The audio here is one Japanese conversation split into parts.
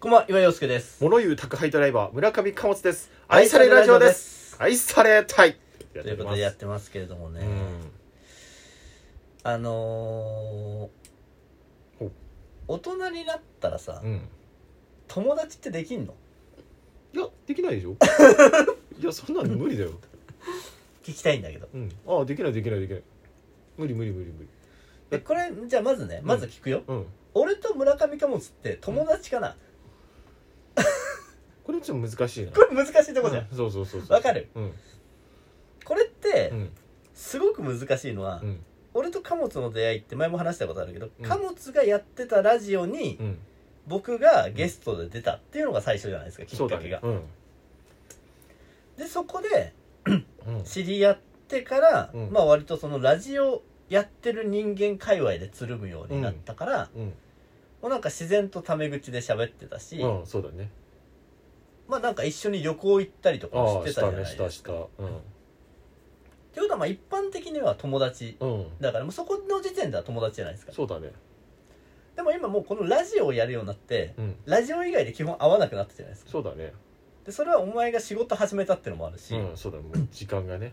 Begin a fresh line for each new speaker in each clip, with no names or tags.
こんばんは、岩井陽介です。
物言う宅配ドライバー村上貨物です愛されラジオです愛されたいと
ということでやってますけれどもね、あのー
お
大人になったらさ、
うん、うん、
友達ってできんの
いやできないで しょいやそんなの無理だよ、
聞きたいんだけど。
うん、ああできないできないできない無理無理無理無理
でこれ、じゃあまずね、まず聞くよ。
うん
俺と村上貨物って友達かな、
これちょっと難しいな
これ難しいとこじゃん。
うんそうそうそうそう
わかる
うん
これって
う、ん
すごく難しいのは、
うん
俺と貨物の出会いって前も話したことあるけど、
うん
貨物がやってたラジオに
うん
僕がゲストで出たっていうのが最初じゃないですか、き
そ
っ
うだ
かけ
ね
が。
うん
で、そこで、
うん
知り合ってから、
うん
まあ割とそのラジオやってる人間界隈でつるむようになったから、も
う
う
ん
なんか自然とタメ口で喋ってたし、
うんそうだね
まあなんか一緒に旅行行ったりとか
あ
も
あ
して
した
じゃ
た
ない
ね
です
し
か。
たしたうん
ってことはまあ一般的には友達
うん
だからもうそこの時点では友達じゃないですか。
そうだね
でも今もうこのラジオをやるようになって、
うん
ラジオ以外で基本会わなくなったじゃないですか。
そうだね
で、それはお前が仕事始めたってのもあるし、
うんそうだもう時間がね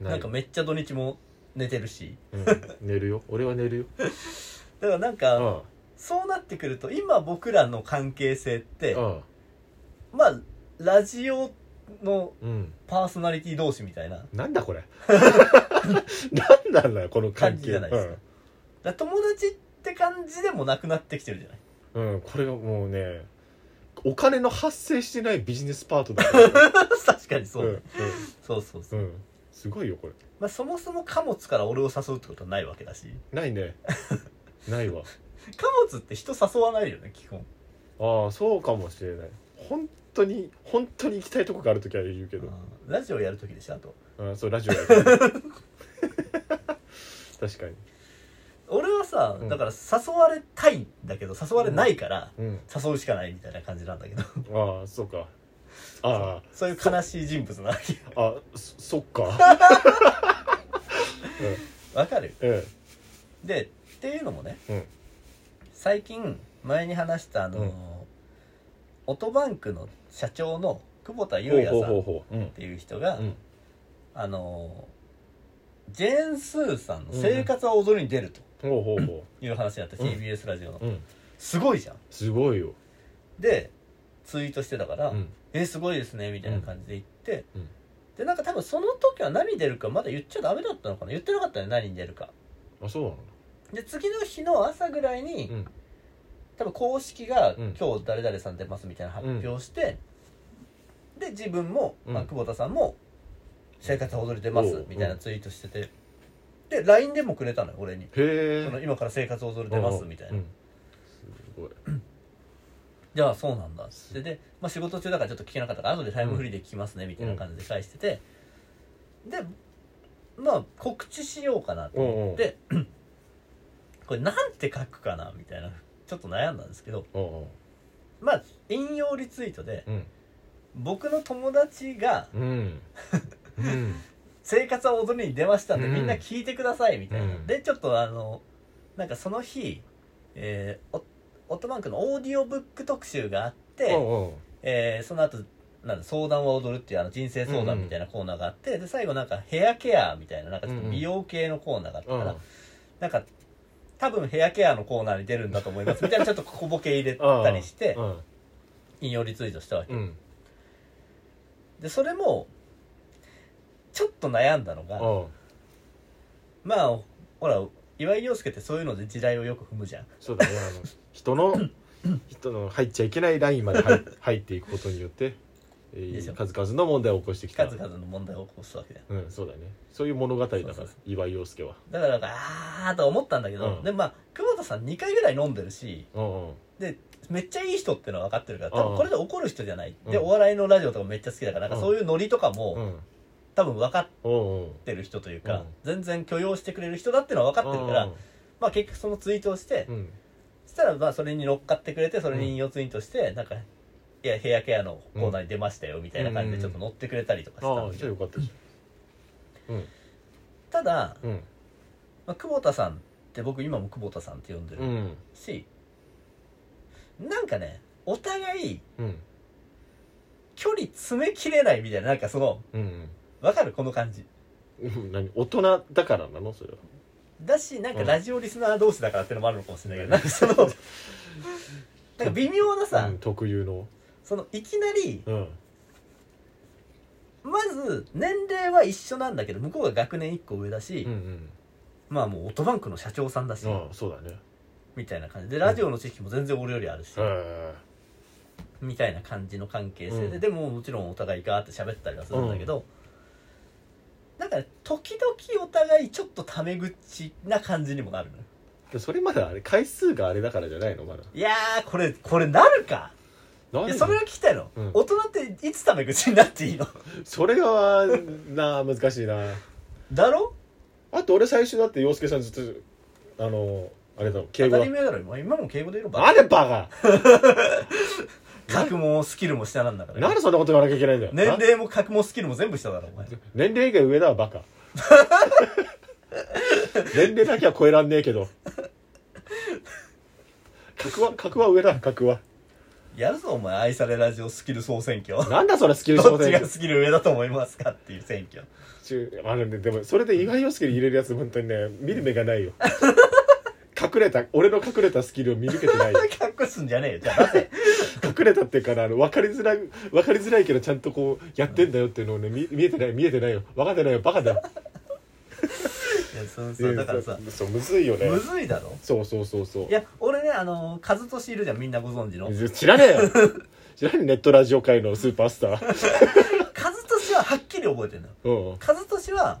い
なんかめっちゃ土日も寝てるし、
うん寝るよ俺は寝るよ
だからなん
う
か、
ん
そうなってくると今僕らの関係性って、
うん
まあ、ラジオの
うん
パーソナリティ同士みたいな。だか
なんだ これなんなんだよこの関
感じ
係
じゃないですから友達って感じでもなくなってきてるじゃない
うん、うんこれがもうねお金の発生してないビジネスパートだから、
確かに そう、
うん
そうそうそう
う。んうんすごいよこれ
まあ、そもそも貨物から俺を誘うってことはないわけだし、
な いねないわ
貨物って人誘わないよね、基本。
ああそうかもしれない本当に本当に行きたいとこがある時は言うけど
うんラジオやるときでしょ、あと。
うんそうラジ オやる確かに
俺はさ、
うん
だから誘われたいんだけど、誘われないから、
うん
誘うしかないみたいな感じなんだけど、
ああそうかあ
そういう悲しい人物なわけ。
ああそそっ か
わかる
うんうん
でっていうのもね、
うん
最近前に話したあのー、
うん
オトバンクの社長の久保田裕也さんっ
ほううん
ていう人が、
うん
あのージェーン・スーさんの「生活は踊りに出る」と
ほうほうほ
いう話になった
うん
TBS ラジオの、
ううん
すごいじゃん
すごいよ
でツイートしてたから「
うん
えすごいですね」みたいな感じで言って、
うんうん
でなんか多分その時は何出るかまだ言っちゃダメだったのかな言ってなかったね何出るか
あそうなの
で次の日の朝ぐらいに、
うん
多分公式が、
うん
今日誰々さん出ますみたいな発表して、で自分も、
うん
まあ、久保田さんも「生活は踊り出ま
お
す
う」
みたいなツイートしてて、で LINE でもくれたのよ俺に、
へえ
その今から生活は踊り出ます」みたいな「
うんすごい
じゃあそうなんだ」っつってで、まあ、仕事中だからちょっと聞けなかったから後でタイムフリーで聞きますねみたいな感じで返してて、でまあ告知しようかなと思って、 これなんて書くかなみたいなちょっと悩んだんですけど
うんうん
まあ引用リツイートで
うん
僕の友達が
うんうん
生活は踊りに出ましたんで、
うん
みんな聞いてくださいみたいな、
うん
でちょっとあのなんかその日、えーオオットバンクのオーディオブック特集があって、
うんうん
えーその後なんだ相談は踊るっていうあの人生相談みたいなコーナーがあって、で最後なんかヘアケアみたいななんかちょっと美容系のコーナーがあったから、なんか多分ヘアケアのコーナーに出るんだと思いますみたいなちょっと小ボケ入れたりして
うん
引用リツイートしたわけ
うん
でそれもちょっと悩んだの
う
が、
ん
まあほら岩井陽介ってそういうので地雷をよく踏むじゃん
そうだねあの人の人の入っちゃいけないラインまで 入入っていくことによってえ
でしょ
ー数々の問題を起こしてきた
数々の問題を起こすわけだよ
うんそうだねそういう物語だ
そ
か
う
ら
そう
岩井陽介は
だからあーと思ったんだけど、
うん
でもまあ久保田さん2回ぐらい飲んでるし
うんうん
めっちゃいい人ってのは分かってるから多
う
分
ん
これで怒る人じゃない、で
うん
お笑いのラジオとかめっちゃ好きだからなんか
うん
そういうノリとかも、
うん
多分分かっ
うんうん
てる人というか、
うん
全然許容してくれる人だってのは分かってるから、まあ結局そのツイートをして、
うん
そしたらまあそれに乗っかってくれてそれに引用ツイートして、なんか「いやヘアケアのコーナーに出ましたよ」みたいな感じでちょっと乗ってくれたりとかした
あ
ん
あ
です
じゃ
け
あ
ど
よかったじゃんうん
ただ、
うん
まあ、久保田さんって僕今も久保田さんって呼んで
う
る
ん
し、なんかねお互い
うん
距離詰めきれないみたいななんかその
うん
わかるこの感じ
うん何大人だからなのそれは
だしなんか
うん
ラジオリスナー同士だからってのもあるのかもしれないけどなんかそ のなんか微妙なさ、
うん特有の
そのいきなり
うん
まず年齢は一緒なんだけど向こうが学年1個上だし、
うんうん
まあもうオートバンクの社長さんだし、
ああそうだね
みたいな感じでラジオの知識も全然俺よりあるし、
へ
みたいな感じの関係性で、
うん
でももちろんお互いガーって喋ったりはするんだけど、なんかね時々お互いちょっとタメ口な感じにもなるのよ
えそれまだあれ回数があれだからじゃないのまだ
いやーこれこれなるかい
何
やそれが聞きたいの、
うん
大人っていつタメ口になっていいの
それはなあ難しいな
だろ
あと俺最初だって洋介さんずっとあのあれだろ敬
当た
語だ
り前だろ今今も敬語でいろ
あれバ
格もスキルも下なんだか
カ
ら
なんでそんなこと言わなきゃいけないんだよ
年齢も格もスキルも全部下だろお前
あ年齢以外上だわバカ 年齢だけは超えらんねえけど格は格は上だ格は
やるぞお前愛されラジオスキル総選挙
なんだそ れスキル
ど
挑
っち
戦
がスキル上だと思いますかっていう選挙
中あるんででもそれで意外なスキル入れるやつ本当にね見る目 がないよ隠れた俺の隠れたスキルを見抜けて ないよ
かっこすんじゃねえよじゃあ 出せ
隠れたっていうかなあの分かりづらい分かりづらいけどちゃんとこうやってんだよっていうのをね見見えてない見えてないよ分かってないよバカだよ
いやそうそうだからさ
いやそうむずいよね
むずいだろ
そうそうそうそう
いや俺ねあの和俊いるじゃんみんなご存知の和
知らねえよ知らねえネットラジオ界のスーパースタ ー
俊ははっきり覚えてるのよ
うん
和俊は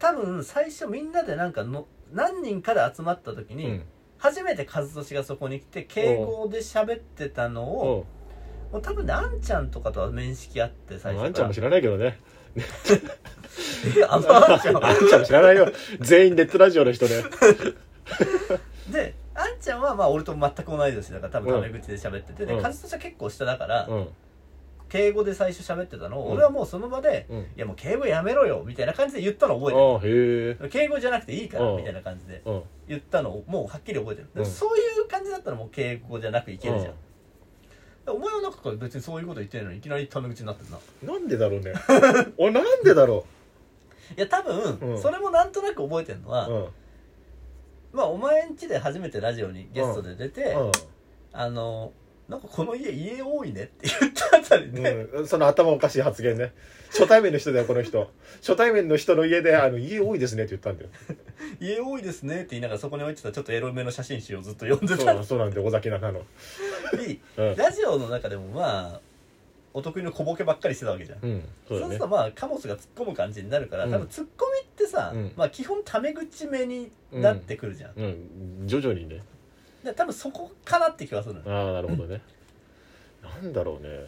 多分最初みんなでなんかの何人かで集まった時に、
うん
初めて和俊がそこに来て敬語で喋ってたのを
う
もう多分ねあんちゃんとかとは面識あって最初
ん
から
あんちゃんも知らないけ どね
い やあんまあんちゃん
あんちゃんも知らないよ全員ネットラジオの人ね
であんちゃんはまあ俺と全く同い年だから多分
うん
タメ口で喋ってて、で
うん
和俊は結構下だから、
うん
敬語で最初喋ってたのを、
うん
俺はもうその場で
う
「
ん
いやもう敬語やめろよ」みたいな感じで言ったの覚えて
ああへえ
る敬語じゃなくていいから、
うん
みたいな感じで
うん
言ったのをもうはっきり覚えてる、で
うん
そういう感じだったらもう敬語じゃなくいけるじゃん、
うん
でお前はなんか別にそういうこと言ってるのにいきなりタメ口になってるない
なんでだろうね おなんでだろ
や多分、
うん
それもなんとなく覚えてるの
う
は、
うん
まあお前ん家で初めてラジオにゲストで出て、
う
あのなんかこの家家多いねって言ったあたりで、
んうんその頭おかしい発言ね初対面の人だよこの人初対面の人の家で「あの家多いですね」って言ったん だよ
家多いですねって言いながらそこに置いてたちょっとエロめの写真集をずっと読んでた
そ
の
うそうなんで尾崎中の
に
うん、
ラジオの中でもまあお得意の小ボケばっかりしてたわけじゃん
うん、
そ
そう
す
うだ
る
ね
とまあ貨物が突っ込む感じになるから、
うん
多分突っ込みってさ、
うん
まあ基本タメ口目になってくるじゃん、
うん徐々にね
で多分そこかなって気はするのよ
ああなるほどねなんだろうね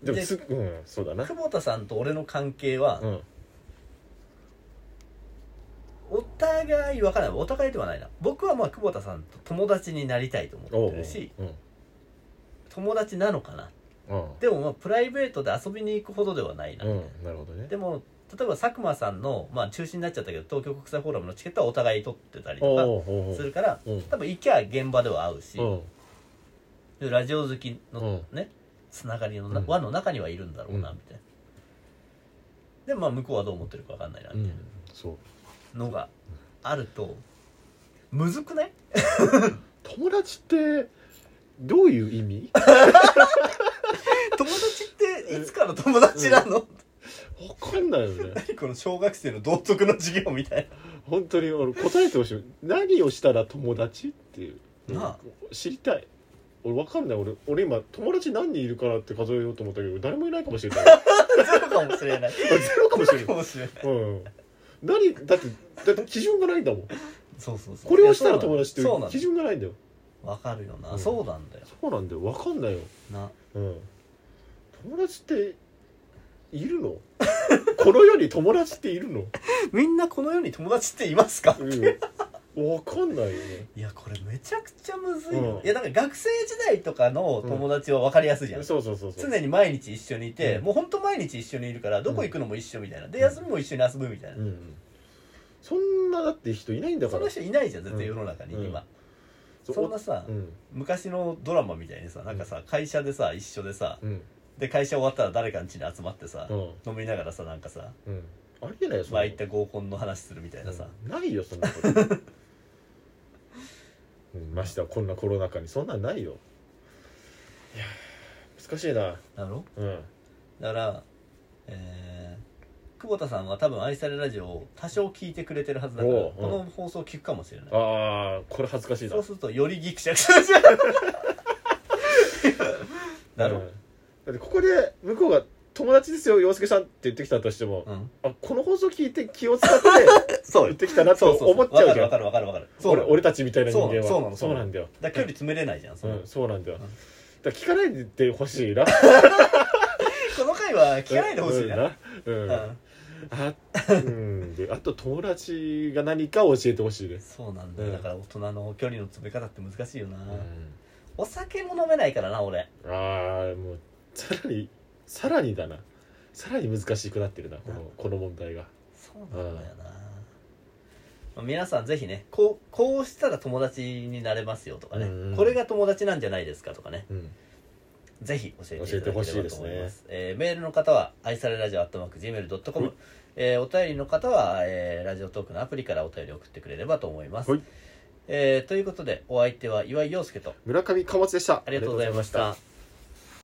でも
です
うんそうだな
久保田さんと俺の関係は、
うん
お互い分からないお互いではないな僕はまあ久保田さんと友達になりたいと思
お
っ
う
てるし
うん
友達なのかな
うん
でもまあプライベートで遊びに行くほどではないな、
うんなるほどね
でも例えば佐久間さんの、まあ、中止になっちゃったけど東京国際フォーラムのチケットはお互い取ってたり
おう
と
おうお
かす
う
るから
うん
多分行きゃ現場では会うし
うん
でラジオ好きの
う
ねつながりのな
うん
輪の中にはいるんだろうな
うん
みたいなでまあ向こうはどう思ってるか分かんないな
う
みたい
んそう
なのがあるとむずくない
友達ってどういう意味
友達っていつから友達なの
わかんないよね
何この小学生の道徳の授業みたい
本当に俺答えてほしい何をしたら友達っていう
なあ
知りたい俺分かんない俺俺今友達何人いるかなって数えようと思ったけど誰もいないかもしれない
なゼロかもしれない
俺ゼロかもしれ
ゼロ
な
か
い
もしれない
うん何だってだって基準がないんだもん
そうそうそう
これをしたら友達ってい
そうな
う
の
基準がないんだよ
わかるよな、
うん
そうなんだよ
そうなんだよ分かんないよ
な
うん友達ってい るのこの世に友達っているの、
みんなこの世に友達っていますか
うん、分かんないよね
いやこれめちゃくちゃむずいよ、
うん
いやだから学生時代とかの友達は分かりやすいじゃん、
そうそうそうそう
常に毎日一緒にいて、
うん
もうほんと毎日一緒にいるからどこ行くのも一緒みたいなで
うん
休みも一緒に遊ぶみたいな、
うんうんそんなだって人いないんだか
そ
ら
の人いないじゃん絶対世の中に
うん
今、
そう
そんなさ、
うん
昔のドラマみたいにさなんかさ会社でさ一緒でさ
うん
で会社終わったら誰かの家に集まってさ、
うん
飲みながらさなんかさ
うんありえないよ
まあ言った合コンの話するみたいなさ、
うんないよそんなこと、 うん、ましてはこんなコロナ禍にそんなんないよいやー難しいな
だろ
うん
だからえー久保田さんは多分「愛されラジオ」を多少聞いてくれてるはずだから、
おううん
この放送聞くかもしれない
ああこれ恥ずかしいな
そうするとよりギクシャクシャクしちゃ うだ
う
ろ
んだってここで向こうが「友達ですよ洋介さん」って言ってきたとしても、
うん
あこの放送聞いて気を使って
そ
言ってきたなって思っちゃうじゃ
わ
ん
かるわかるわかるわかるそう
俺
なの
俺たちみたいな人間は
そうなのそうなの
なんだよ
だから距離詰めれないじゃんその
うん、そうなんだよ、
ん
だから聞かないでほ しいな
この回は聞かないでほしいな、
うん、う
うんん
あうんであと友達が何かを教えてほしいです、
そうなんだよ、
うん
だから大人の距離の詰め方って難しいよな、
うん
お酒も飲めないからな俺
ああもうさらにさらにだなさらに難しくなってるなこのこの問題が
そうなんだよな、まあ皆さんぜひねこうこうしたら友達になれますよとかね、
うんうん
これが友達なんじゃないですかとかね
うん
ぜひ教えていた
教えてほ
だ
し
けれ
いで
ば
す
と
ね
思いますえーメールの方は愛されラジオアットマーク
は
Gmail.com
い、
えーお便りの方は、えーラジオトークのアプリからお便り送ってくれればと思います、
はい
えーということでお相手は岩井陽介と
村上貨物でした
ありがとうございました